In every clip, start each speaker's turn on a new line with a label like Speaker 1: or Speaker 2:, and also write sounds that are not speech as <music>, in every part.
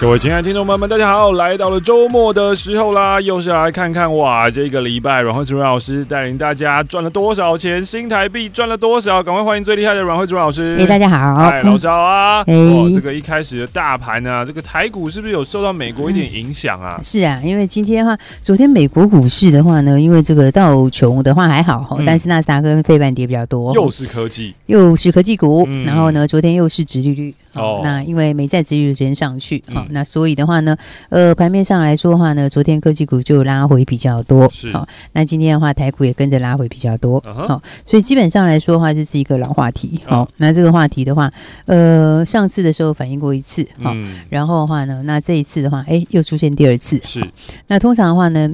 Speaker 1: 各位亲爱的听众朋友们，大家好！来到了周末的时候啦，又是来看看哇，这个礼拜阮慧慈阮老师带领大家赚了多少钱，新台币赚了多少？赶快欢迎最厉害的阮慧慈阮老师！
Speaker 2: 哎、大家好，
Speaker 1: 嗨，老赵啊！
Speaker 2: 哎
Speaker 1: 哦，这个一开始的大盘啊，这个台股是不是有受到美国一点影响啊？
Speaker 2: 是啊，因为今天的话，昨天美国股市的话呢，因为这个道琼的话还好哈
Speaker 1: 嗯，
Speaker 2: 但是纳斯达克跟费半跌比较多，
Speaker 1: 又是科技，
Speaker 2: 又是科技股，
Speaker 1: 嗯
Speaker 2: 然后呢，昨天又是殖利率，
Speaker 1: 哦
Speaker 2: 哦，那因为美债殖利率昨天上去，好、
Speaker 1: 嗯
Speaker 2: 那所以的话呢，呃，盘面上来说的话呢，昨天科技股就拉回比较多，
Speaker 1: 是
Speaker 2: 好、那今天的话，台股也跟着拉回比较多，
Speaker 1: 嗯
Speaker 2: 好、
Speaker 1: 哼
Speaker 2: 所以基本上来说的话，这是一个老话题，好、
Speaker 1: 哦
Speaker 2: 那这个话题的话，呃，上次的时候反映过一次，好、
Speaker 1: 嗯，
Speaker 2: 然后的话呢，那这一次的话，哎，又出现第二次。
Speaker 1: 是
Speaker 2: 那通常的话呢，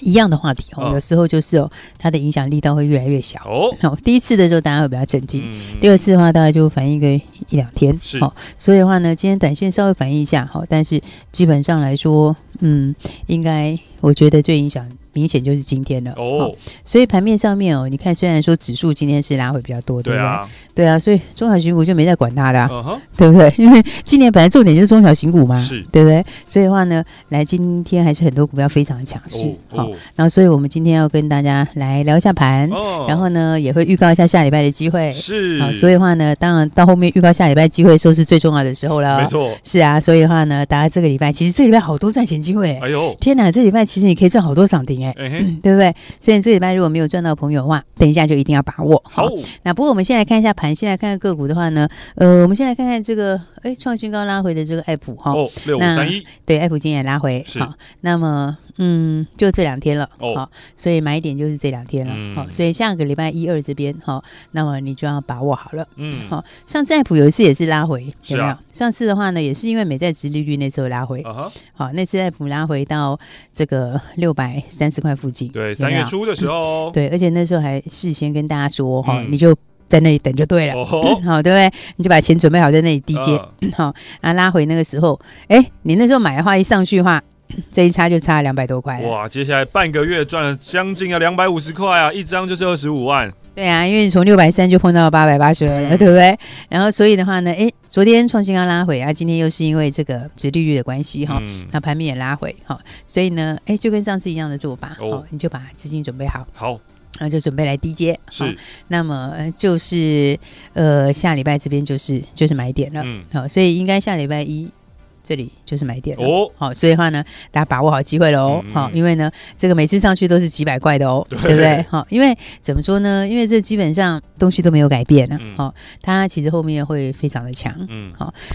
Speaker 2: 一样的话题哦，
Speaker 1: 嗯
Speaker 2: 有时候就是哦，它的影响力道会越来越小。
Speaker 1: 哦，
Speaker 2: 好、第一次的时候大家会比较震惊，
Speaker 1: 嗯
Speaker 2: 第二次的话大概就反应个一两天。
Speaker 1: 是
Speaker 2: 好、所以的话呢，今天短线稍微反应一下，好、但是基本上来说，嗯，应该我觉得最影响明显就是今天了。
Speaker 1: 哦
Speaker 2: 好，所以盘面上面哦，你看虽然说指数今天是拉回比较多，
Speaker 1: 对啊，
Speaker 2: 不对，对啊，所以中小型股就没再管它的啊、
Speaker 1: 嗯哼，
Speaker 2: <laughs> 对不对？因为今年本来重点就是中小型股嘛，
Speaker 1: 是
Speaker 2: 对不对？所以的话呢，来今天还是很多股票非常的强势
Speaker 1: 哦，
Speaker 2: 好、
Speaker 1: 哦
Speaker 2: 然后所以我们今天要跟大家来聊一下盘，
Speaker 1: 哦
Speaker 2: 然后呢也会预告一下下礼拜的机会，
Speaker 1: 是
Speaker 2: 好，所以的话呢，当然到后面预告下礼拜机会的时候是最重要的时候了，
Speaker 1: 没，错，
Speaker 2: 是啊，所以的话呢，大家这个礼拜其实这个礼拜好多赚钱机会、
Speaker 1: 哎呦，
Speaker 2: 天哪，这礼拜其实你可以赚好多涨停哎、
Speaker 1: 哎嘿，
Speaker 2: 对不对？所以你这礼拜如果没有赚到的朋友的话，等一下就一定要把握。
Speaker 1: 好，
Speaker 2: 那不过我们先来看一下盘，先来看看个股的话呢，呃，我们先来看看这个，哎，创新高拉回的这个爱普哈，
Speaker 1: 哦，六五三一，
Speaker 2: 对，爱普今天也拉回，
Speaker 1: 是
Speaker 2: 好，那么嗯，就这两天了，
Speaker 1: 哦
Speaker 2: 好，所以买点就是这两天了，
Speaker 1: 嗯
Speaker 2: 好，所以下个礼拜一二这边，好，那么你就要把握好了。
Speaker 1: 嗯，
Speaker 2: 好，上次爱普有一次也是拉回，
Speaker 1: 是
Speaker 2: 有没有？
Speaker 1: 啊
Speaker 2: 上次的话呢，也是因为美债值利率那次有拉回，
Speaker 1: 啊哈，
Speaker 2: 好，那次爱普拉回到这个六百三十块附近，
Speaker 1: 对，
Speaker 2: 有
Speaker 1: 三
Speaker 2: 没
Speaker 1: 月
Speaker 2: 有
Speaker 1: 初的时候，哦
Speaker 2: 对，而且那时候还事先跟大家说哈、
Speaker 1: 嗯
Speaker 2: 你就在那里等就对啊了，
Speaker 1: 哦吼
Speaker 2: <clears throat> 好对不对？你就把钱准备好在那里低接，
Speaker 1: 嗯
Speaker 2: 好、啊拉回那个时候，哎，你那时候买的话一上去的话， <clears throat> 这一差就差两百多块了。
Speaker 1: 哇，接下来半个月赚了将近要两百五十块啊，一张就是二十五万，
Speaker 2: 对啊，因为你从六百三就碰到八百八十二
Speaker 1: 嗯
Speaker 2: 了，对不对？然后所以的话呢，哎，昨天创新高拉回啊，今天又是因为这个殖利率的关系哈。
Speaker 1: 嗯，
Speaker 2: 那盘面也拉回，好、所以呢，哎，就跟上次一样的做法，
Speaker 1: 哦
Speaker 2: 哦，你就把资金准备好，
Speaker 1: 好，
Speaker 2: 然后就准备来低接，好
Speaker 1: 是，
Speaker 2: 那么呃就是呃下礼拜这边就是就是买点了，
Speaker 1: 嗯，
Speaker 2: 好、所以应该下礼拜一这里就是买点了。
Speaker 1: 哦，
Speaker 2: 好、所以的话呢，大家把握好机会喽
Speaker 1: 嗯。
Speaker 2: 好、因为呢，这个每次上去都是几百块的
Speaker 1: <laughs>
Speaker 2: 哦，对不对？好、因为怎么说呢？因为这基本上东西都没有改变呢、啊
Speaker 1: 嗯
Speaker 2: 好、它其实后面会非常的强。
Speaker 1: 嗯，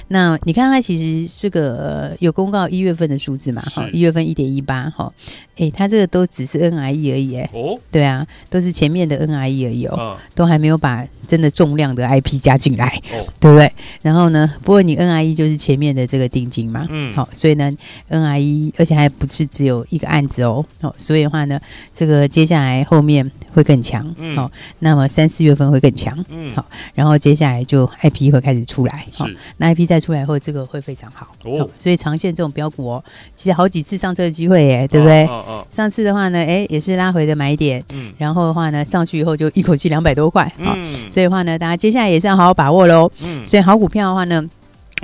Speaker 2: 那你看它其实是个、呃有公告一月份的数字嘛？
Speaker 1: 是
Speaker 2: 好、一月份一点一八，好，哎，它这个都只是 NIE 而已，哎，
Speaker 1: 哦，
Speaker 2: 对啊，都是前面的 NIE 而已哦。
Speaker 1: 嗯，
Speaker 2: 都还没有把真的重量的 IP 加进来，
Speaker 1: 哦
Speaker 2: 对不对？然后呢，不过你 NIE 就是前面的这个定金嘛，
Speaker 1: 嗯
Speaker 2: 好、所以呢，NIE 而且还不是只有一个案子哦，好、所以的话呢，这个接下来后面会更强，好、
Speaker 1: 嗯
Speaker 2: 那么三四月份会更强，
Speaker 1: 嗯，
Speaker 2: 好然后接下来就 IP 会开始出来，好
Speaker 1: 是，
Speaker 2: 那 IP 再出来后，这个会非常好，
Speaker 1: 哦
Speaker 2: 好所以长线这种标股哦，其实好几次上车的机会耶，对不对？
Speaker 1: 嗯嗯
Speaker 2: 上次的话呢，哎，也是拉回的买点，
Speaker 1: 嗯
Speaker 2: 然后的话呢，上去以后就一口气两百多块，好、
Speaker 1: 嗯，
Speaker 2: 所以的话呢，大家接下来也是要好好把握喽。
Speaker 1: 嗯，
Speaker 2: 所以好股票的话呢，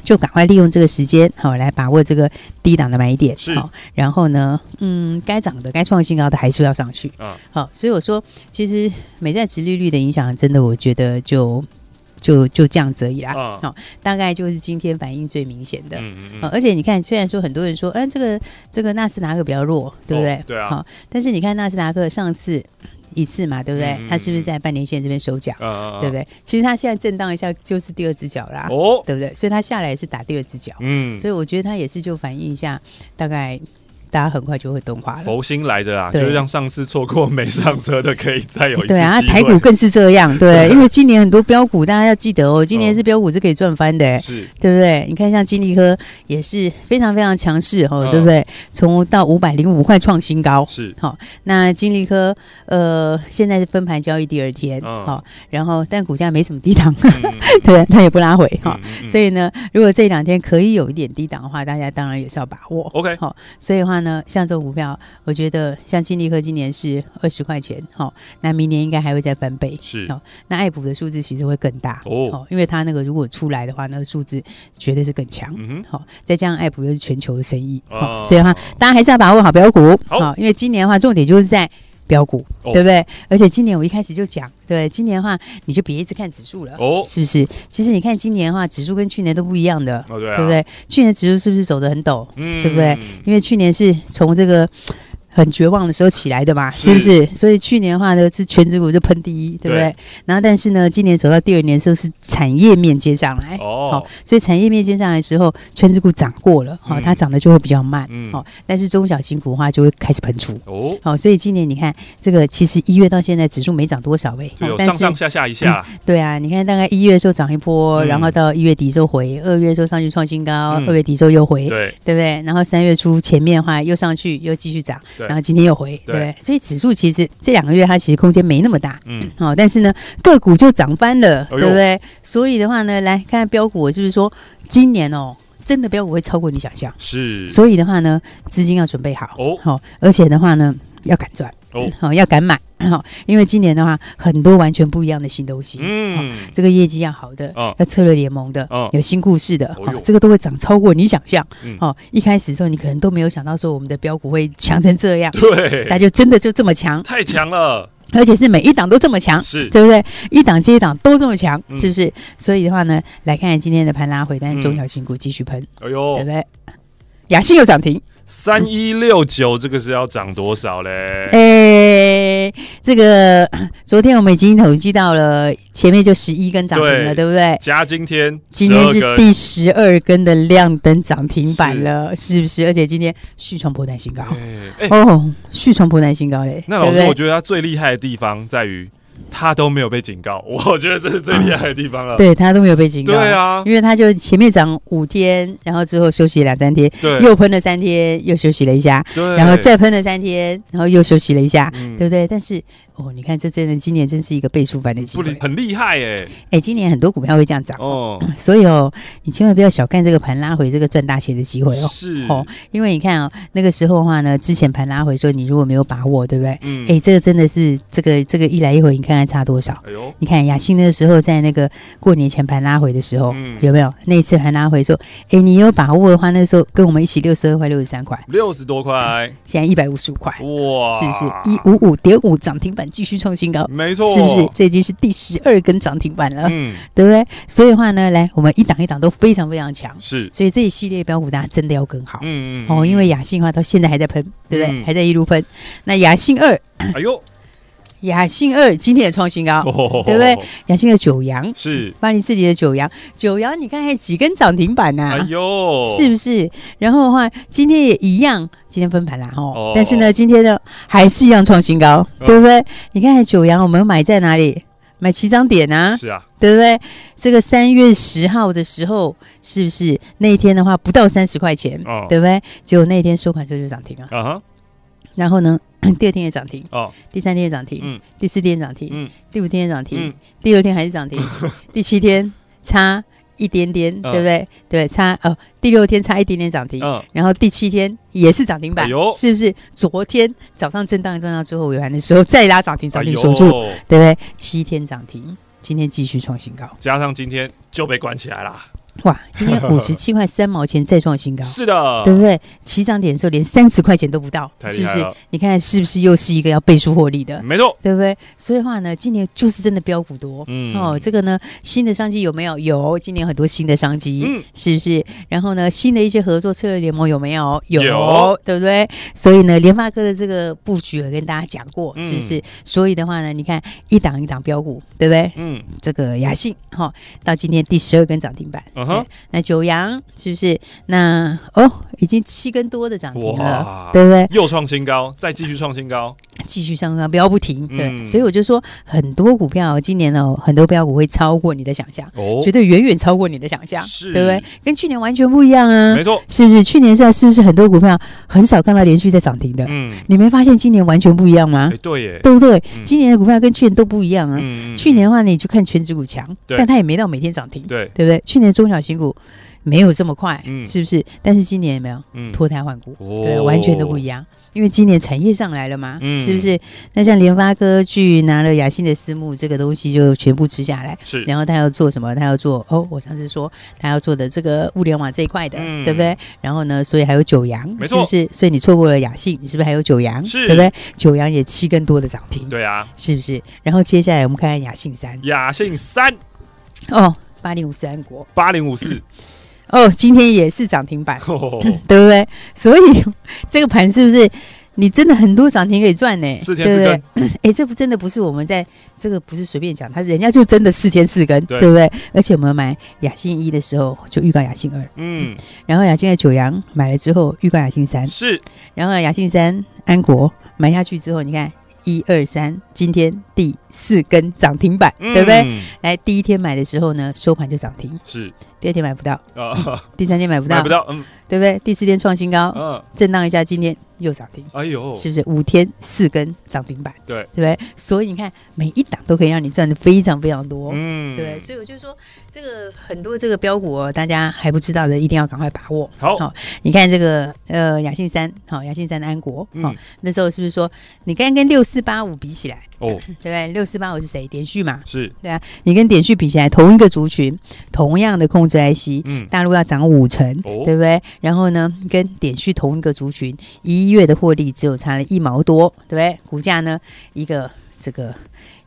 Speaker 2: 就赶快利用这个时间，好、来把握这个低档的买点，
Speaker 1: 是
Speaker 2: 好、然后呢，嗯，该涨的、该创新高的还是要上去，
Speaker 1: 啊
Speaker 2: 好、所以我说，其实美债殖利率的影响，真的我觉得就就就这样子而已啦，
Speaker 1: 啊，
Speaker 2: 大概就是今天反应最明显的。
Speaker 1: 嗯
Speaker 2: 呃而且你看，虽然说很多人说，嗯、这个这个纳斯达克比较弱，对不对？
Speaker 1: 哦对啊
Speaker 2: 好，但是你看纳斯达克上次一次嘛，对不对？
Speaker 1: 嗯嗯
Speaker 2: 它是不是
Speaker 1: 嗯
Speaker 2: 在半年线这边收脚，
Speaker 1: 嗯
Speaker 2: 对不？对？其实它现在震荡一下就是第二只脚啦，
Speaker 1: 哦，
Speaker 2: 对不对？所以它下来是打第二只脚，
Speaker 1: 嗯，
Speaker 2: 所以我觉得它也是就反映一下大概。大家很快就会钝化了。
Speaker 1: 佛心来着啊啦，就
Speaker 2: 对
Speaker 1: 是让上次错过没上车的可以再有一次
Speaker 2: 对啊，
Speaker 1: 机会
Speaker 2: 台股更是这样，对，因为今年很多标股，大家要记得哦，今年是标股是可以赚翻的、哎
Speaker 1: 是
Speaker 2: 对不对？你看像金利科也是非常非常强势哦，
Speaker 1: 嗯
Speaker 2: 对不对？从到五百零五块创新高， <laughs>
Speaker 1: 是
Speaker 2: 那金利科呃现在是分盘交易第二天，
Speaker 1: 嗯
Speaker 2: 好、然后但股价没什么低档， <laughs>
Speaker 1: 嗯嗯嗯
Speaker 2: 对，它也不拉回哈。
Speaker 1: 嗯嗯嗯
Speaker 2: 所以呢，如果这两天可以有一点低档的话，大家当然也是要把握。
Speaker 1: OK
Speaker 2: 好、所以的话呢，像这种股票，我觉得像金利科今年是二十块钱，好、那明年应该还会再翻倍。
Speaker 1: 是
Speaker 2: 好那爱普的数字其实会更大
Speaker 1: 哦
Speaker 2: 因为它那个如果出来的话，那个数字绝对是更强。
Speaker 1: 嗯
Speaker 2: 好、再加上爱普又是全球的生意，
Speaker 1: 哼
Speaker 2: 好
Speaker 1: 啊
Speaker 2: 所以的话，大家还是要把握好标股，
Speaker 1: 好
Speaker 2: 因为今年的话，重点就是在标股，
Speaker 1: 哦
Speaker 2: 对不对？而且今年我一开始就讲，对，今年的话，你就别一直看指数了，
Speaker 1: 哦
Speaker 2: 是不是？其实你看今年的话，指数跟去年都不一样的，
Speaker 1: 哦对啊
Speaker 2: 对不？对？去年指数是不是走得很陡？
Speaker 1: 嗯
Speaker 2: 对不对？因为去年是从这个。很绝望的时候起来的嘛，是不是？所以去年的话呢，是全指股就喷第一，对不对？
Speaker 1: 对
Speaker 2: 然后但是呢，今年走到第二年的时候是产业面接上来，
Speaker 1: 哦
Speaker 2: 好，所以产业面接上来的时候，全指股涨过了，好、
Speaker 1: 嗯
Speaker 2: 它涨得就会比较慢，
Speaker 1: 嗯
Speaker 2: 好、但是中小型股的话就会开始喷出，
Speaker 1: 哦，
Speaker 2: 好、所以今年你看这个其实一月到现在指数没涨多少位，
Speaker 1: 就
Speaker 2: 好
Speaker 1: 有
Speaker 2: 但
Speaker 1: 上
Speaker 2: 是
Speaker 1: 上下下一下，
Speaker 2: 对啊，你看大概一月的时候涨一波，
Speaker 1: 嗯
Speaker 2: 然后到一月底的时候回，二月的时候上去创新高，
Speaker 1: 嗯
Speaker 2: 二月底的时候又回，
Speaker 1: 对，
Speaker 2: 对不对？然后三月初前面的话又上去，又继续涨，
Speaker 1: 对
Speaker 2: 然后今天又回，
Speaker 1: 对
Speaker 2: 对不对？所以指数其实这两个月它其实空间没那么大。
Speaker 1: 嗯，
Speaker 2: 哦，但是呢，个股就涨翻了，
Speaker 1: 哎呦
Speaker 2: 对不对？所以的话呢，来看标股，我就是说，今年哦，真的标股会超过你想象。
Speaker 1: 是
Speaker 2: 所以的话呢，资金要准备好
Speaker 1: 嗯哦
Speaker 2: 好、而且的话呢，要敢赚
Speaker 1: 哦
Speaker 2: 好、要敢买好、因为今年的话，很多完全不一样的新东西，好
Speaker 1: 嗯，
Speaker 2: 这个业绩要好的，
Speaker 1: 哦
Speaker 2: 要策略联盟的，
Speaker 1: 哦
Speaker 2: 有新故事的，
Speaker 1: 哦哟
Speaker 2: 哦，这个都会涨超过你想象。
Speaker 1: 嗯
Speaker 2: 哦，一开始的时候你可能都没有想到说我们的标股会强成这样，
Speaker 1: 对，
Speaker 2: 它就真的就这么强，
Speaker 1: 太强了，
Speaker 2: 而且是每一档都这么强。
Speaker 1: 是
Speaker 2: 啊对不对？一档接一档都这么强，
Speaker 1: 嗯
Speaker 2: 是不是？所以的话呢，来看今天的盘拉回，但是中小型股继续喷，
Speaker 1: 哎
Speaker 2: 对
Speaker 1: 呦
Speaker 2: 不，对？雅信又涨停，
Speaker 1: 三一六九这个是要涨多少嘞？哎
Speaker 2: 诶、哎这个昨天我们已经统计到了，前面就十一根涨停
Speaker 1: 对
Speaker 2: 了，对不对？
Speaker 1: 加今天
Speaker 2: 今天
Speaker 1: 12
Speaker 2: 是
Speaker 1: 个
Speaker 2: 第十二根的亮灯涨停板了，是不是？而且今天续创破单新高、
Speaker 1: 哎哎，
Speaker 2: 哦，续创破单新高嘞，
Speaker 1: 那
Speaker 2: 对
Speaker 1: 老
Speaker 2: 不
Speaker 1: 师，
Speaker 2: 对
Speaker 1: 我觉得他最厉害的地方在于他都没有被警告， <laughs> 我觉得这是最厉害的地方了。
Speaker 2: 对他都没有被警告，
Speaker 1: 对，啊，
Speaker 2: 因为他就前面涨五天，然后之后休息两三天，
Speaker 1: 对
Speaker 2: 又喷了三天，又休息了一下，
Speaker 1: 对，
Speaker 2: 然后再喷了三天，然后又休息了一下。
Speaker 1: 嗯
Speaker 2: 对不对？但是哦，你看这真的今年真是一个倍数翻的机
Speaker 1: 不
Speaker 2: 会
Speaker 1: 理。很厉害哎，
Speaker 2: 哎，今年很多股票会这样涨，
Speaker 1: 哦，
Speaker 2: 所以哦，你千万不要小看这个盘拉回这个赚大钱的机会哦。
Speaker 1: 是
Speaker 2: 哦，因为你看哦，那个时候的话呢，之前盘拉回说你如果没有把握，对不对？
Speaker 1: 嗯
Speaker 2: 哎、这个真的是这个这个一来一回，你看看差多少？
Speaker 1: 哎呦，
Speaker 2: 你看雅欣那个时候在那个过年前盘拉回的时候，
Speaker 1: 嗯
Speaker 2: 有没有那一次盘拉回说，哎、你有把握的话，那时候跟我们一起六十二块、六十三块，
Speaker 1: 六十多块，
Speaker 2: 现在一百五十五块，
Speaker 1: 哇，
Speaker 2: 是不是一五五点五涨停板继续创新高？
Speaker 1: 没错，
Speaker 2: 是不是？这已经是第十二根涨停板了，
Speaker 1: 嗯，
Speaker 2: 对不对？所以的话呢，来我们一档一档都非常非常强，
Speaker 1: 是，
Speaker 2: 所以这一系列标股大家真的要跟好。
Speaker 1: 嗯
Speaker 2: 哦，因为雅信的话到现在还在喷，对不对？
Speaker 1: 嗯
Speaker 2: 还在一路喷。那雅信二，
Speaker 1: 哎呦，
Speaker 2: 雅信二今天也创新高，
Speaker 1: 对
Speaker 2: 对不对？雅信的九阳，
Speaker 1: 是，
Speaker 2: 八零四里的九阳，九阳你看还几根涨停板呐、
Speaker 1: 哎呦，
Speaker 2: 啊是不是？然后的话，今天也一样，今天分盘啦哦，
Speaker 1: 哦
Speaker 2: 但是呢，今天呢还是一样创新高，
Speaker 1: 嗯
Speaker 2: 对不对？你看九阳我们买在哪里？买七张点啊，
Speaker 1: 是啊，
Speaker 2: 对不对？这个三月十号的时候，是不是那一天的话不到三十块钱，
Speaker 1: 哦
Speaker 2: 对不对？结果那一天收盘之后就涨停了，
Speaker 1: 啊哈，
Speaker 2: 然后呢， <clears throat> 第二天也涨停，
Speaker 1: 哦，
Speaker 2: 第三天也涨停，
Speaker 1: 嗯
Speaker 2: 第四天也涨停，
Speaker 1: 嗯
Speaker 2: 第五天也涨停，
Speaker 1: 嗯，
Speaker 2: 第六天还是
Speaker 1: <laughs>
Speaker 2: 涨停，第七天差一点点，
Speaker 1: 嗯
Speaker 2: 对不对？对，差哦，第六天差一点点涨停，
Speaker 1: 嗯，
Speaker 2: 然后第七天也是涨停板，
Speaker 1: 哎呦
Speaker 2: 是不是？昨天早上震荡震荡之后尾盘的时候再拉涨停，涨
Speaker 1: 哎
Speaker 2: 停
Speaker 1: 呦，
Speaker 2: 锁住，对不对？七天涨停，今天继续创新高，
Speaker 1: 加上今天就被关起来啦，
Speaker 2: 哇！今天
Speaker 1: <laughs>
Speaker 2: 五十七块三毛钱再创新高。
Speaker 1: 是的，
Speaker 2: 对不对？起涨点的时候连三十块钱都不到，
Speaker 1: 太
Speaker 2: 是
Speaker 1: 厉
Speaker 2: 不
Speaker 1: 害
Speaker 2: 是？
Speaker 1: 了，
Speaker 2: 你看是不是又是一个要倍数获利的，
Speaker 1: 没错，
Speaker 2: 对不对？所以的话呢，今年就是真的标股多，
Speaker 1: 嗯
Speaker 2: 哦，这个呢，新的商机有没有？有，今年很多新的商机，
Speaker 1: 嗯
Speaker 2: 是不是？然后呢，新的一些合作策略联盟有没有？有，
Speaker 1: 有
Speaker 2: 对不对？所以呢，联发科的这个布局也跟大家讲过，
Speaker 1: 嗯
Speaker 2: 是不是？所以的话呢，你看一档一档标股，对不对？
Speaker 1: 嗯，
Speaker 2: 这个雅信哈、哦，到今天第十二根涨停板，
Speaker 1: 嗯哼
Speaker 2: 对那九阳是不是？那哦，已经七根多的哎涨停了，
Speaker 1: 哇，
Speaker 2: 对不对？
Speaker 1: 又创新高，再继续创新高，
Speaker 2: 继续上涨，标不停。对，
Speaker 1: 嗯
Speaker 2: 所以我就说，很多股票今年哦，很多标股会超过你的想象，
Speaker 1: 哦
Speaker 2: 绝对远远超过你的想象，
Speaker 1: 是
Speaker 2: 对不对？跟去年完全不一样啊
Speaker 1: 没，错，
Speaker 2: 是不是？去年现在是不是很多股票很少看到连续在涨停的？
Speaker 1: 嗯，
Speaker 2: 你没发现今年完全不一样吗？
Speaker 1: 哎，对耶，
Speaker 2: 对不对？
Speaker 1: 嗯
Speaker 2: 今年的股票跟去年都不一样啊。
Speaker 1: 嗯
Speaker 2: 去年的话，你就看全指股强，
Speaker 1: 对
Speaker 2: 但它也没到每天涨停，
Speaker 1: 对，
Speaker 2: 对不对？去年中小型股没有这么快，
Speaker 1: 嗯
Speaker 2: 是不是？但是今年有没有
Speaker 1: 嗯
Speaker 2: 脱胎换骨？
Speaker 1: 哦
Speaker 2: 对，完全都不一样。因为今年产业上来了嘛，
Speaker 1: 嗯
Speaker 2: 是不是？那像联发科去拿了雅信的私募这个东西，就全部吃下来。
Speaker 1: 是，
Speaker 2: 然后他要做什么？他要做哦，我上次说他要做的这个物联网这一块的，
Speaker 1: 嗯
Speaker 2: 对不对？然后呢，所以还有九阳，
Speaker 1: 没
Speaker 2: 是不
Speaker 1: 错
Speaker 2: 是？所以你错过了雅信，你是不是还有九阳？
Speaker 1: 是
Speaker 2: 对不对？九阳也七根多的涨停，
Speaker 1: 对啊，
Speaker 2: 是不是？然后接下来我们看看雅信三
Speaker 1: 雅信三
Speaker 2: 哦，八零五十安国
Speaker 1: 八零五四，
Speaker 2: 哦，今天也是涨停板，
Speaker 1: <laughs> 哦
Speaker 2: 对不对？ <laughs> 所以这个盘是不是你真的很多涨停可以赚呢？
Speaker 1: 四天
Speaker 2: 对
Speaker 1: 四
Speaker 2: 不对
Speaker 1: 根，
Speaker 2: 哎，这不真的不是我们在这个不是随便讲，他人家就真的四天四更，
Speaker 1: 对
Speaker 2: 对不对？而且我们买雅信一的时候就预告雅信二，
Speaker 1: 嗯，
Speaker 2: 然后雅信的九阳买了之后预告雅信三，
Speaker 1: 是
Speaker 2: 然后雅信三安国买下去之后，你看一二三，今天第四根涨停板，对不对？？
Speaker 1: 嗯
Speaker 2: 来第一天买的时候呢，收盘就涨停，
Speaker 1: 是
Speaker 2: 第二天买不到，
Speaker 1: 啊，
Speaker 2: 第三天买不到，
Speaker 1: <laughs> 买不到，嗯
Speaker 2: 对不对？第四天创新高，
Speaker 1: 嗯，
Speaker 2: 震荡一下，今天又涨停。
Speaker 1: 哎呦，
Speaker 2: 哦是不是五天四根涨停板？
Speaker 1: 对
Speaker 2: 对不对？所以你看，每一档都可以让你赚的非常非常多，
Speaker 1: 嗯
Speaker 2: 对不对？所以我就说，这个很多这个标股、哦，大家还不知道的，一定要赶快把握。
Speaker 1: 好，
Speaker 2: 好你看这个呃雅信三，好、雅信三的安国，好、
Speaker 1: 嗯
Speaker 2: 那时候是不是说你刚跟六四八五比起来，
Speaker 1: 哦，
Speaker 2: <laughs> 对不对？六四八五是谁？点序嘛，
Speaker 1: 是，
Speaker 2: 你跟点序比起来，同一个族群，同样的控制 IC，
Speaker 1: 嗯，
Speaker 2: 大陆要涨五成，
Speaker 1: 哦
Speaker 2: 对不对？然后呢，跟点序同一个族群，一月的获利只有差了一毛多，对不对？股价呢，一个这个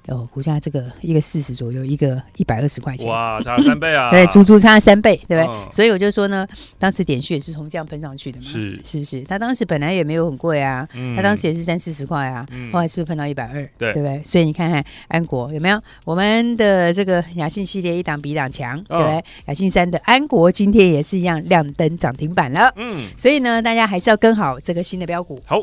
Speaker 2: 哦，股价这个一个四十左右，一个一百二十块钱，
Speaker 1: 哇，差了三倍啊，
Speaker 2: <laughs> 对，足足差三倍，对不对？
Speaker 1: 嗯
Speaker 2: 所以我就说呢，当时点序也是从这样喷上去的嘛，
Speaker 1: 是
Speaker 2: 是不是？它当时本来也没有很贵啊，
Speaker 1: 嗯
Speaker 2: 它当时也是三四十块啊，
Speaker 1: 嗯
Speaker 2: 后来是不是碰到一百二？
Speaker 1: 对
Speaker 2: 对不对？所以你看看安国有没有我们的这个雅信系列一档比一档强，
Speaker 1: 哦
Speaker 2: 对不对？雅信三的安国今天也是一样亮灯涨停板了。
Speaker 1: 嗯，
Speaker 2: 所以呢，大家还是要跟好这个新的标股，
Speaker 1: 好，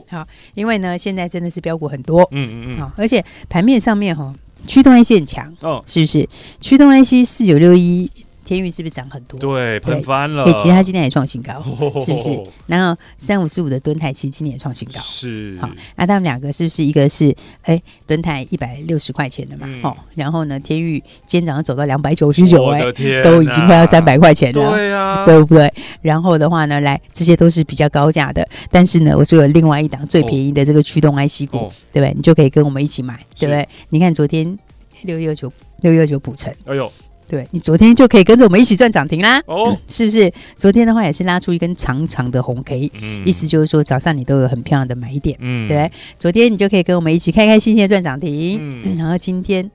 Speaker 2: 因为呢，现在真的是标股很多，
Speaker 1: 嗯嗯
Speaker 2: 好、
Speaker 1: 嗯，
Speaker 2: 而且盘面上面哈、哦，驱动 IC 很强，
Speaker 1: 哦，
Speaker 2: 是不是？驱动 IC 四九六一天域是不是涨很多？
Speaker 1: 对，啊喷翻了，
Speaker 2: 对，其实它今天也创新高，
Speaker 1: 哦
Speaker 2: 是不是？然后三五四五的敦泰其实今年也创新高，
Speaker 1: 是，
Speaker 2: 好那他们两个是不是一个是哎敦泰一百六十块钱的嘛
Speaker 1: 嗯，
Speaker 2: 哦，然后呢天域今天早上走到两百九十九，
Speaker 1: 我
Speaker 2: 哎
Speaker 1: 的，天，
Speaker 2: 都已经快要三，百块钱了。
Speaker 1: 对啊，
Speaker 2: 对不对？然后的话呢，来这些都是比较高价的，但是呢，我说有另外一档最便宜的这个驱动 IC 股，
Speaker 1: 哦，
Speaker 2: 对不对？你就可以跟我们一起买，
Speaker 1: 是
Speaker 2: 对不对？你看昨天六一二九六一二九补成，
Speaker 1: 哎呦，
Speaker 2: 对你昨天就可以跟着我们一起赚涨停啦，
Speaker 1: 哦，
Speaker 2: 是不是？昨天的话也是拉出一根长长的红 K，、
Speaker 1: 嗯
Speaker 2: 意思，就是说早上你都有很漂亮的买点，
Speaker 1: 嗯
Speaker 2: 对不对，？昨天你就可以跟我们一起开开心心的赚涨停，
Speaker 1: 嗯
Speaker 2: 然后今天，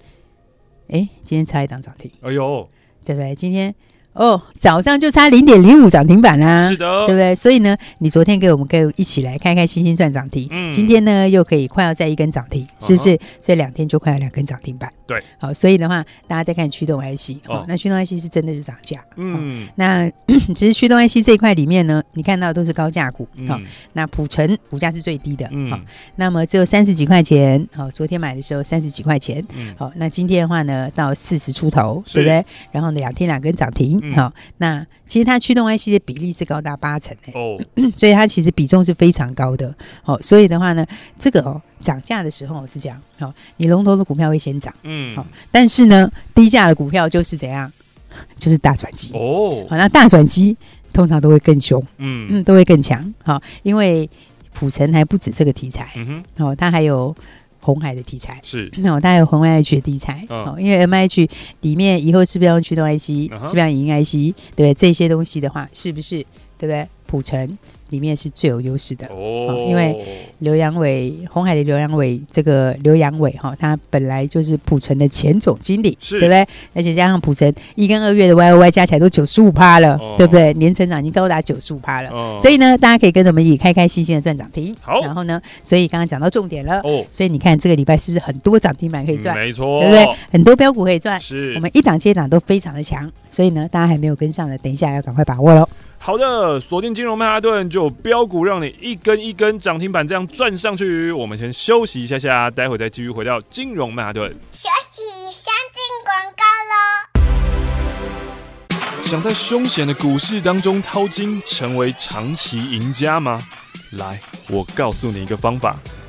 Speaker 2: 哎，今天差一档涨停，
Speaker 1: 哎呦，
Speaker 2: 对不对？今天哦，早上就差零点零五涨停板啦、
Speaker 1: 是的
Speaker 2: 啊对不，对？所以呢，你昨天跟我们跟一起来开开心心赚涨停，
Speaker 1: 嗯
Speaker 2: 今天呢又可以快要再一根涨停，是不是？所以两天就快要两根涨停板。
Speaker 1: 对，
Speaker 2: 好，所以的话，大家再看驱动 IC，
Speaker 1: 哦
Speaker 2: 哦，那驱动 IC 是真的是涨价，嗯。
Speaker 1: 嗯
Speaker 2: 那 <coughs> 其实驱动 IC 这一块里面呢，你看到都是高价股，好、
Speaker 1: 嗯
Speaker 2: 那普成股价是最低的，好、
Speaker 1: 嗯
Speaker 2: 那么只有三十几块钱，好、昨天买的时候三十几块钱，
Speaker 1: 嗯，
Speaker 2: 好、那今天的话呢，到四十出头，
Speaker 1: 是
Speaker 2: 对不对？然后呢，两天两根涨停，好、
Speaker 1: 嗯
Speaker 2: 那其实它驱动 IC 的比例是高达八成、欸
Speaker 1: 哦，
Speaker 2: 所以它其实比重是非常高的。好、所以的话呢，这个哦涨价的时候是这样，好、你龙头的股票会先涨，
Speaker 1: 嗯，
Speaker 2: 好但是呢，低价的股票就是怎样，就是大转机。好、
Speaker 1: 哦，
Speaker 2: 那大转机通常都会更凶，
Speaker 1: 嗯
Speaker 2: 嗯，都会更强，好、因为普城还不止这个题材，
Speaker 1: 嗯哼，
Speaker 2: 哦，它还有红海的题材。
Speaker 1: 是，
Speaker 2: 那我大概有红 I H 的题材，
Speaker 1: 嗯
Speaker 2: 哦，因为 M I H 里面以后是不是要用驱动 I C，、
Speaker 1: 嗯哼
Speaker 2: 是不是要影音 I C，对不对？这些东西的话，是不是对不对？普城里面是最有优势的。
Speaker 1: 哦，
Speaker 2: 因为刘阳伟，红海的刘阳伟，这个刘阳伟哈、他本来就是普城的前总经理，
Speaker 1: 是
Speaker 2: 对不对？而且加上普城一跟二月的 Y O Y 加起来都九十五趴了，
Speaker 1: 哦
Speaker 2: 对不对？年成长已经高达九十五趴了，
Speaker 1: 哦
Speaker 2: 呃所以呢，大家可以跟着我们一起开开心心的赚涨停。
Speaker 1: 好
Speaker 2: 然后呢，所以刚刚讲到重点了，
Speaker 1: 哦，
Speaker 2: 所以你看这个礼拜是不是很多涨停板可以赚？
Speaker 1: 没错，
Speaker 2: 对不对？很多标股可以赚，
Speaker 1: 是
Speaker 2: 我们一档接档都非常的强，所以呢，大家还没有跟上的，等一下要赶快把握喽。
Speaker 1: 好的，锁定金融曼哈顿，就有标股让你一根一根涨停板这样转上去。我们先休息一下下，待会再继续回到金融曼哈顿。
Speaker 3: 休息，先进广告喽。
Speaker 4: 想在凶险的股市当中淘金，成为长期赢家吗？
Speaker 1: 来，我告诉你一个方法，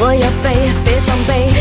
Speaker 5: 我要飞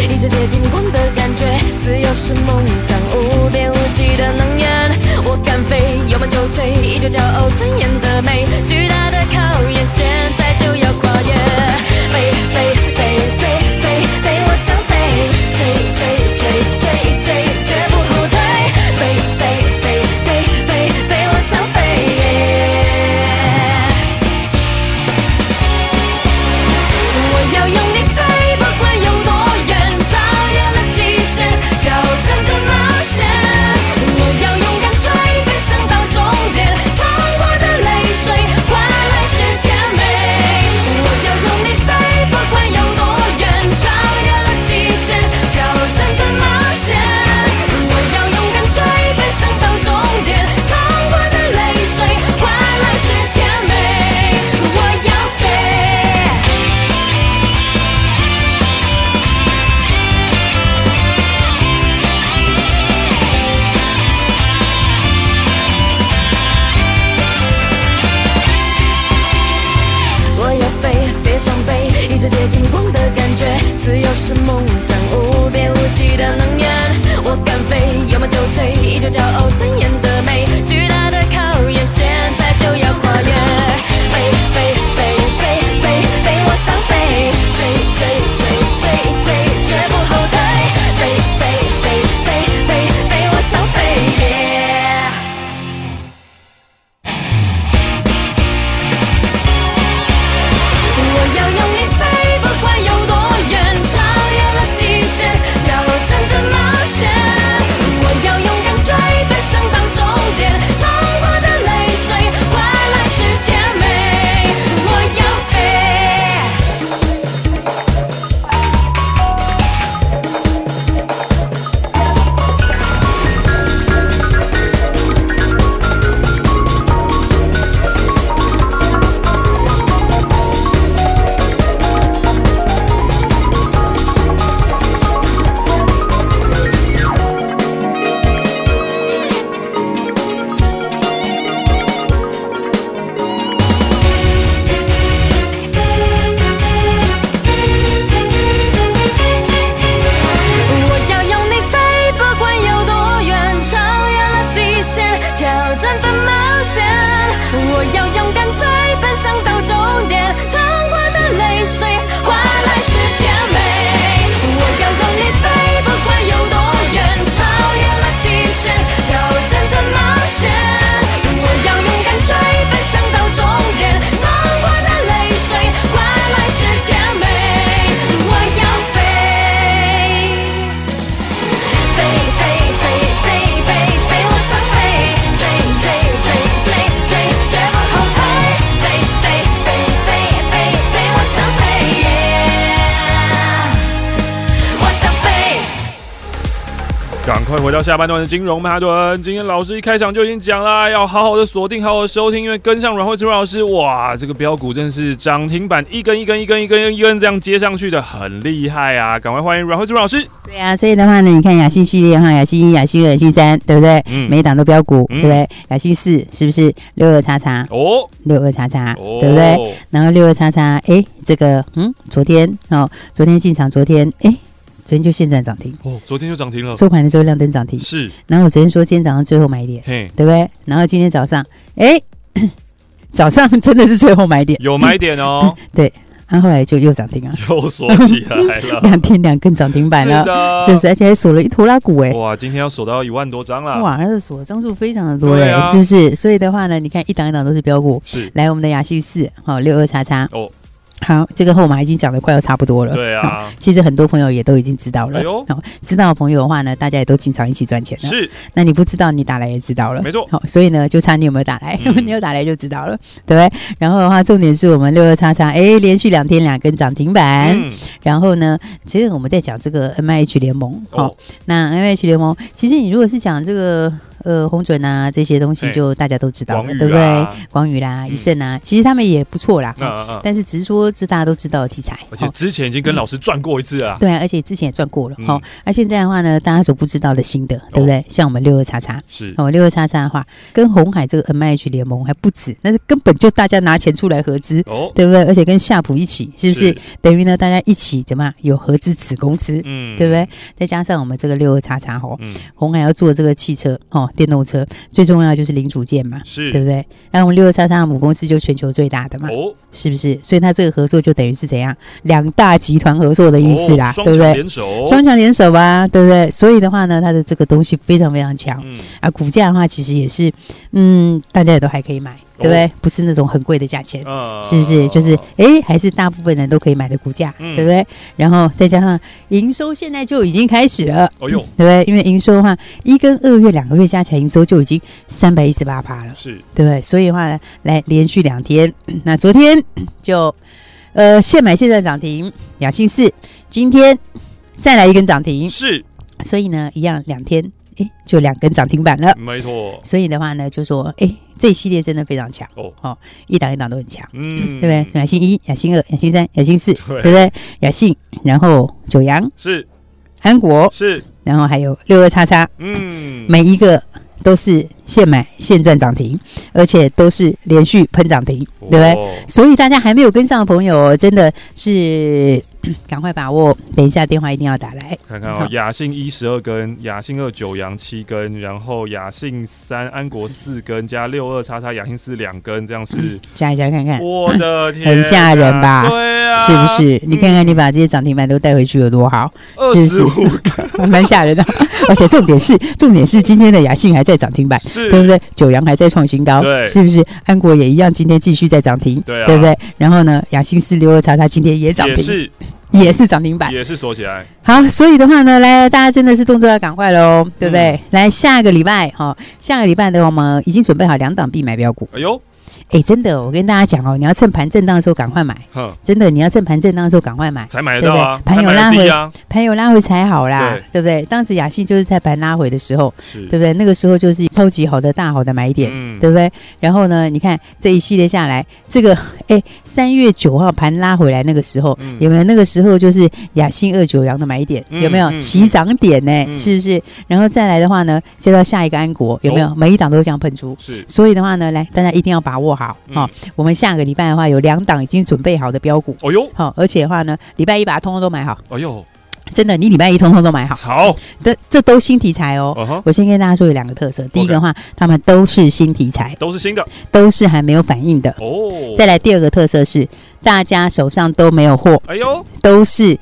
Speaker 1: 赶快回到下半段的金融曼哈顿。今天老师一开场就已经讲啦，要好好的锁定，好好的收听，因为跟上阮慧慈阮老师，哇，这个标股真是涨停板一根一根一根一根一根这样接上去的，很厉害啊！赶快欢迎阮慧慈阮老师。
Speaker 2: 对啊，所以的话呢，你看雅信系列哈，雅信一、雅信二、雅信三，对不对？
Speaker 1: 嗯
Speaker 2: 每一档都标股，
Speaker 1: 嗯
Speaker 2: 对不对？雅信四是不是六二叉叉？
Speaker 1: 哦，
Speaker 2: 六二叉叉，
Speaker 1: 哦
Speaker 2: 对不对？？然后六二叉叉，哎，这个嗯，昨天哦，昨天进场，昨天哎，昨天就现转涨停，
Speaker 1: 哦，昨天就涨停了，
Speaker 2: 收盘的时候亮灯涨停。
Speaker 1: 是，
Speaker 2: 然后我昨天说今天早上最后买点，
Speaker 1: 嘿，
Speaker 2: 对不对？然后今天早上，哎， <coughs> 早上真的是最后买点，
Speaker 1: 有买点哦，
Speaker 2: 然后后来就又涨停啊，，
Speaker 1: 又锁起来了
Speaker 2: <laughs> 两天两根涨停板
Speaker 1: 是
Speaker 2: 了，
Speaker 1: 的，
Speaker 2: 是不是？而且还锁了一坨拉股哎、
Speaker 1: 哇，今天要锁到一万多张啦！
Speaker 2: 哇，那个锁张数非常的多
Speaker 1: 啊对
Speaker 2: 嘞、
Speaker 1: 啊
Speaker 2: 是不是？所以的话呢，你看一档一档都是标股，
Speaker 1: 是，
Speaker 2: 来我们的雅西四，好六二叉叉，
Speaker 1: 哦，
Speaker 2: 好，这个号码已经讲的快要差不多了，
Speaker 1: 对
Speaker 2: 好。 <laughs>
Speaker 1: 啊，
Speaker 2: 其实很多朋友也都已经知道了，
Speaker 1: 哎呦
Speaker 2: 好知道的朋友的话呢，大家也都经常一起赚钱了。
Speaker 1: 是
Speaker 2: 那你不知道，你打来也知道了，
Speaker 1: 没错
Speaker 2: 好，所以呢，就差你有没有打来，
Speaker 1: 嗯
Speaker 2: <laughs> 你有打来就知道了，对不对。然后的话，重点是我们六二叉叉，哎，连续两天两根涨停板。
Speaker 1: 嗯，
Speaker 2: 然后呢，其实我们在讲这个 M H 联盟，好、
Speaker 1: 哦，
Speaker 2: 那 M H 联盟，其实你如果是讲这个呃红准啊这些东西，
Speaker 1: 哎
Speaker 2: 就大家都知道
Speaker 1: 广
Speaker 2: 了，
Speaker 1: 宇
Speaker 2: 对不对？
Speaker 1: 啊，
Speaker 2: 广宇啦、
Speaker 1: 嗯
Speaker 2: 一胜啊，其实他们也不错啦，
Speaker 1: 那
Speaker 2: 哦
Speaker 1: 啊，
Speaker 2: 但是只是说这大家都知道的题材，
Speaker 1: 而且
Speaker 2: 哦
Speaker 1: 之前已经跟老师赚过一次了，
Speaker 2: 对啊，而且之前也赚过了
Speaker 1: 嗯哦
Speaker 2: 哈。哦那、现在的话呢，大家所不知道的新的，对不对？像我们六二叉叉，
Speaker 1: 是
Speaker 2: 哦，六二叉叉的话，跟红海这个 M H 联盟还不止，那是根本就大家拿钱出来合资，
Speaker 1: 哦，
Speaker 2: 对不对？而且跟夏普一起，是不是等于呢？大家一起怎么样有合资子公司？
Speaker 1: 嗯
Speaker 2: 对不对？？再加上我们这个六二叉叉哦，
Speaker 1: 嗯，
Speaker 2: 红海要做这个汽车哦，电动车，最重要就是零组件嘛，
Speaker 1: 是，
Speaker 2: 对不对？那我们六二叉叉的母公司就全球最大的嘛，
Speaker 1: 哦，
Speaker 2: 是不是？所以它这个合作就等于是怎样，两大集团合作的意思啦，
Speaker 1: 哦双
Speaker 2: 对不
Speaker 1: 强
Speaker 2: 对？
Speaker 1: 联手，
Speaker 2: 双强联手吧，对不对？所以的话呢，它的这个东西非常非常强、
Speaker 1: 嗯，
Speaker 2: 啊，股价的话其实也是，嗯，大家也都还可以买，
Speaker 1: 哦
Speaker 2: 对不对？不是那种很贵的价钱，
Speaker 1: 啊
Speaker 2: 是不是？就是诶，还是大部分人都可以买的股价，
Speaker 1: 嗯
Speaker 2: 对不对？然后再加上营收现在就已经开始了，
Speaker 1: 哦哟，
Speaker 2: 对不对？因为营收的话，一跟二月两个月加起来营收就已经三百一十八趴了，
Speaker 1: 是
Speaker 2: 对不对？所以的话呢，来连续两天，嗯那昨天 <coughs> 就呃现买现赚涨停，雅信四，今天再来一根涨停，
Speaker 1: 是，
Speaker 2: 所以呢，一样两天，诶，就两根涨停板了。
Speaker 1: 没错，
Speaker 2: 所以的话呢，就说诶，这一系列真的非常强
Speaker 1: 哦
Speaker 2: 哦，哦，一档一档都很强。
Speaker 1: 嗯，
Speaker 2: <laughs> 对不对？雅信一、雅信二、雅信三、雅信四，对
Speaker 1: 对
Speaker 2: 不对？雅信，然后九阳、
Speaker 1: 是
Speaker 2: 安国，
Speaker 1: 是，
Speaker 2: 然后还有六二叉叉，
Speaker 1: 嗯，
Speaker 2: 每一个都是现买现赚涨停，而且都是连续喷涨停，对不对？
Speaker 1: 哦
Speaker 2: 所以大家还没有跟上的朋友，真的是嗯赶快把握，等一下电话一定要打来。
Speaker 1: 看看哦
Speaker 2: 好，
Speaker 1: 雅信一十二根，雅信二九阳七根，然后雅信三安国四根，加六二叉叉雅信四两根，这样是，
Speaker 2: 加一加看看，
Speaker 1: 我的天啊，
Speaker 2: 嗯 <laughs> 很吓人吧
Speaker 1: 对啊，
Speaker 2: 是不是？你看看
Speaker 1: 嗯
Speaker 2: 你把这些涨停板都带回去有多好，
Speaker 1: 二
Speaker 2: 是
Speaker 1: 十
Speaker 2: 不
Speaker 1: 五根，
Speaker 2: 还 <laughs> 蛮吓人的。而且重点是，重点是今天的雅信还在涨停板。
Speaker 1: 是，
Speaker 2: <laughs> 对不？对？九阳还在创新高，
Speaker 1: 对
Speaker 2: 是不是？安国也一样，今天继续在涨停，
Speaker 1: 对啊
Speaker 2: 不对？然后呢，雅欣四六二叉叉今天也涨
Speaker 1: 也
Speaker 2: 停，
Speaker 1: 是
Speaker 2: 也是涨停板。
Speaker 1: 也是锁起来，
Speaker 2: 好，所以的话呢，来大家真的是动作要赶快喽，对不对？
Speaker 1: 嗯
Speaker 2: 来下个礼拜哈、哦，下个礼拜的话我们已经准备好两档必买标股。
Speaker 1: 哎呦，
Speaker 2: 哎，真的，我跟大家讲哦，你要趁盘震荡的时候赶快买，
Speaker 1: 哼，
Speaker 2: 真的，你要趁盘震荡的时候赶快买，
Speaker 1: 才买得到啊，
Speaker 2: 对不对
Speaker 1: 才买得低啊，
Speaker 2: 盘有拉回才好啦，对不对？当时雅信就是在盘拉回的时候，
Speaker 1: 是，
Speaker 2: 对不对？那个时候就是超级好的大好的买点，
Speaker 1: 嗯，
Speaker 2: 对不对？然后呢，你看这一系列下来，这个 <laughs> 哎，三月九号盘拉回来那个时候，
Speaker 1: 嗯
Speaker 2: 有没有？那个时候就是雅欣二九阳的买点，
Speaker 1: 嗯
Speaker 2: 有没有
Speaker 1: 嗯
Speaker 2: 起涨点呢、
Speaker 1: 嗯
Speaker 2: 是不是？然后再来的话呢，接到下一个安国，有没
Speaker 1: 哦
Speaker 2: 有？每一档都这样喷出。
Speaker 1: 是，
Speaker 2: 所以的话呢，来大家一定要把握好
Speaker 1: 嗯
Speaker 2: 哦。我们下个礼拜的话，有两档已经准备好的标股，
Speaker 1: 哎呦，
Speaker 2: 好、而且的话呢，礼拜一把它通通都买好，
Speaker 1: 哎呦，
Speaker 2: 真的，你礼拜一通通都买好，
Speaker 1: 好，
Speaker 2: 这这都新题材哦。
Speaker 1: 嗯哼，
Speaker 2: 我先跟大家说有两个特色，第一个的话，他们都是新题材，
Speaker 1: 都是新的
Speaker 2: 都是还没有反应的。
Speaker 1: 哦，
Speaker 2: 再来第二个特色是，大家手上都没有货，
Speaker 1: 哎呦，
Speaker 2: 都是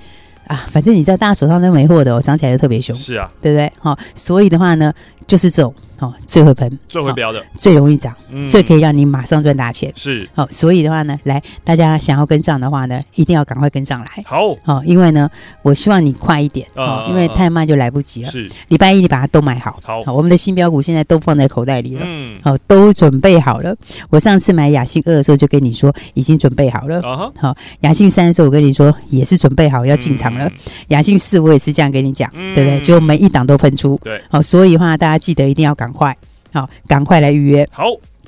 Speaker 2: 啊，反正你知道，大家手上都没货的、哦，涨起来就特别凶，
Speaker 1: 是啊，
Speaker 2: 对不对？好、所以的话呢，就是这种哦，最会喷，
Speaker 1: 最会标的，
Speaker 2: 最容易涨，
Speaker 1: 嗯
Speaker 2: 最可以让你马上赚大钱。
Speaker 1: 是
Speaker 2: 好、所以的话呢，来大家想要跟上的话呢，一定要赶快跟上来。
Speaker 1: 好
Speaker 2: 哦，因为呢，我希望你快一点哦
Speaker 1: 啊，
Speaker 2: 因为太慢就来不及了。
Speaker 1: 是
Speaker 2: 礼拜一你把它都买好，哦
Speaker 1: 好
Speaker 2: 我们的新标股现在都放在口袋里了。
Speaker 1: 嗯
Speaker 2: 哦，都准备好了。我上次买雅信二的时候就跟你说已经准备好了，
Speaker 1: 啊哈
Speaker 2: 雅信三的时候我跟你说也是准备好要进场了，
Speaker 1: 嗯
Speaker 2: 雅信四我也是这样跟你讲，
Speaker 1: 嗯
Speaker 2: 对不对？结果每一档都喷出，
Speaker 1: 对，
Speaker 2: 好、所以的话大家记得一定要赶快，好、赶快来预约。
Speaker 1: 好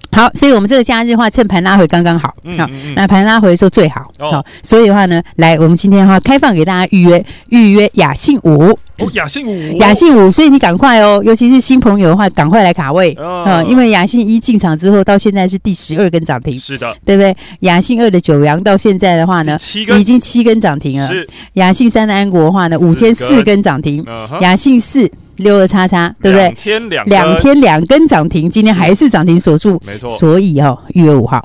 Speaker 2: 好，所以我们这个假日的话，趁盘拉回刚刚好，好、
Speaker 1: 嗯嗯嗯
Speaker 2: 那盘拉回的时候最好，
Speaker 1: 哦
Speaker 2: 好、所以的话呢，来，我们今天的话开放给大家预约，预约雅信五，
Speaker 1: 哦雅信五
Speaker 2: 雅信五，所以你赶快哦，尤其是新朋友的话，赶快来卡位，
Speaker 1: 啊
Speaker 2: 啊，因为雅信一进场之后，到现在是第十二根涨停，
Speaker 1: 是的
Speaker 2: 对不对？雅信二的九阳到现在的话呢
Speaker 1: 第，七根
Speaker 2: 已经七根涨停了。
Speaker 1: 是
Speaker 2: 雅信三的安国的话呢，
Speaker 1: 四根
Speaker 2: 五天四根涨停。
Speaker 1: 嗯哼
Speaker 2: 雅信四六二叉叉，对不对
Speaker 1: 两？天两
Speaker 2: 两
Speaker 1: 根
Speaker 2: 天两根涨停，今天还是涨停锁住。
Speaker 1: 没错
Speaker 2: 所以哦，预约五号，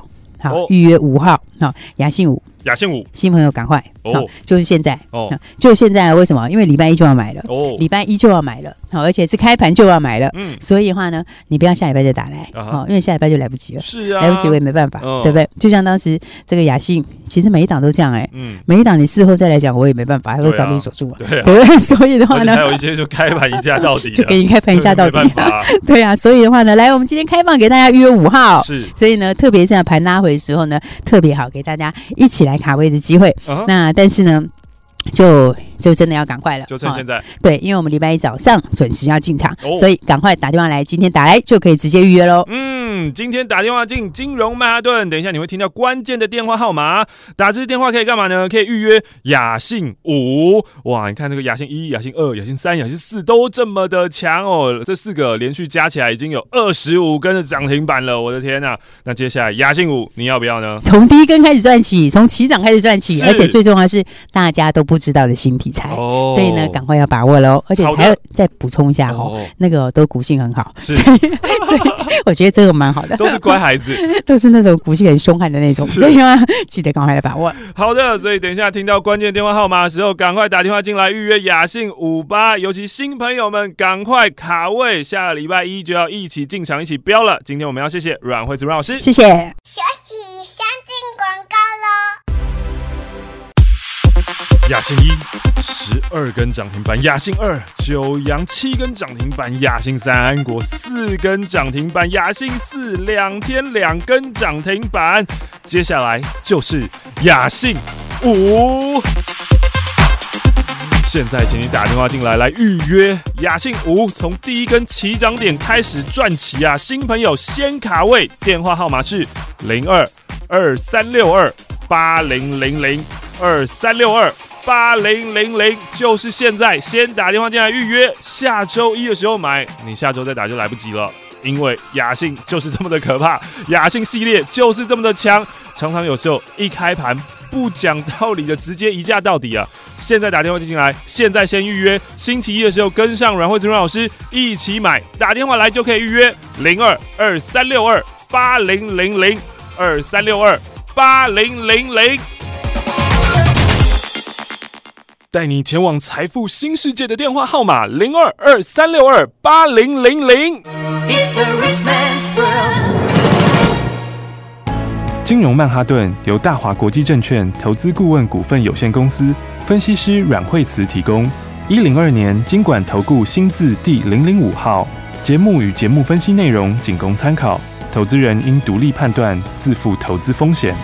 Speaker 1: 哦
Speaker 2: 好，预约五号，好，雅信五，
Speaker 1: 雅信五
Speaker 2: 新朋友赶快，
Speaker 1: 哦
Speaker 2: 好，就是现在，
Speaker 1: 哦
Speaker 2: 好就是现在。为什么？因为礼拜一就要买了，
Speaker 1: 哦
Speaker 2: 嗯礼拜一就要买了，好，而且是开盘就要买了。
Speaker 1: 嗯
Speaker 2: 所以的话呢，你不要下礼拜再打来，
Speaker 1: 啊哈
Speaker 2: 好，因为下礼拜就来不及了。
Speaker 1: 是啊
Speaker 2: 来不及我也没办法，
Speaker 1: 嗯
Speaker 2: 对不对？就像当时这个雅信，其实每一档都这样哎、
Speaker 1: 嗯
Speaker 2: 每一档你事后再来讲，我也没办法，它
Speaker 1: 对
Speaker 2: 会
Speaker 1: 啊
Speaker 2: 涨停锁住嘛，
Speaker 1: 对啊
Speaker 2: 对不 <laughs> 对？所以的
Speaker 1: 而
Speaker 2: 话
Speaker 1: 且还
Speaker 2: 呢，
Speaker 1: 有一些就开盘一价到底的
Speaker 2: 就给你开盘一下到底
Speaker 1: 没，办法
Speaker 2: <laughs> 对啊，所以的话呢，来，我们今天开放给大家预约五号。
Speaker 1: 是
Speaker 2: 所以呢，特别在盘拉回的时候呢，特别好给大家一起来卡位的机会。
Speaker 1: 啊哈
Speaker 2: 那但是呢，就就真的要赶快了，
Speaker 1: 就趁
Speaker 2: 哦
Speaker 1: 现在
Speaker 2: 对，因为我们礼拜一早上准时要进场，
Speaker 1: 哦
Speaker 2: 所以赶快打电话来，今天打来就可以直接预约喽。
Speaker 1: 嗯，今天打电话进金融曼哈顿，等一下你会听到关键的电话号码。打这支电话可以干嘛呢？可以预约雅信五。哇，你看这个雅信一、雅信二、雅信三、雅信四都这么的强哦，这四个连续加起来已经有二十五根的涨停板了，我的天呐、啊那接下来雅信五你要不要呢？
Speaker 2: 从第一根开始赚起，从起涨开始赚起，
Speaker 1: 是
Speaker 2: 而且最重要的是大家都不知道的新题材，
Speaker 1: 哦
Speaker 2: 所以呢，赶快要把握喽。而且
Speaker 1: 好的
Speaker 2: 还要再补充一下哦，
Speaker 1: 哦
Speaker 2: 那个、都股性很好，
Speaker 1: 是
Speaker 2: 所以 <laughs> 所以我觉得这个蛮好的，
Speaker 1: 都是乖孩子。
Speaker 2: 都是那种股性很凶悍的那种，
Speaker 1: 是
Speaker 2: 所以啊，记得赶快来把握。
Speaker 1: 好的，所以等一下听到关键电话号码的时候，赶快打电话进来预约雅信五八，尤其新朋友们赶快卡位，下个礼拜一就要一起进场一起飙了。今天我们要谢谢阮惠子阮老师，
Speaker 2: 谢谢。
Speaker 3: 学习先进广告喽。
Speaker 1: 雅信一十二根涨停板，雅信二九阳七根涨停板，雅信三安国四根涨停板，雅信四两天两根涨停板，接下来就是雅信五。现在，请你打电话进来来预约雅信五，从第一根起涨点开始赚起啊！新朋友先卡位，电话号码是零二二三六二八零零零二三六二八零零零，就是现在，先打电话进来预约，下周一的时候买，你下周再打就来不及了。因为雅信就是这么的可怕， <laughs> 雅信系列就是这么的强，常常有时候一开盘不讲道理的直接一价到底啊！现在打电话进来，现在先预约，星期一的时候跟上阮慧慈阮老师一起买，打电话来就可以预约零二二三六二八零零零二三六二八零零零。带你前往财富新世界的电话号码零二二三六二八零零零。
Speaker 5: It's a rich man's world.
Speaker 4: 金融曼哈顿由大华国际证券投资顾问股份有限公司分析师阮惠慈提供。一零二年经管投顾新字第零零五号。节目与节目分析内容仅供参考，投资人应独立判断，自负投资风险。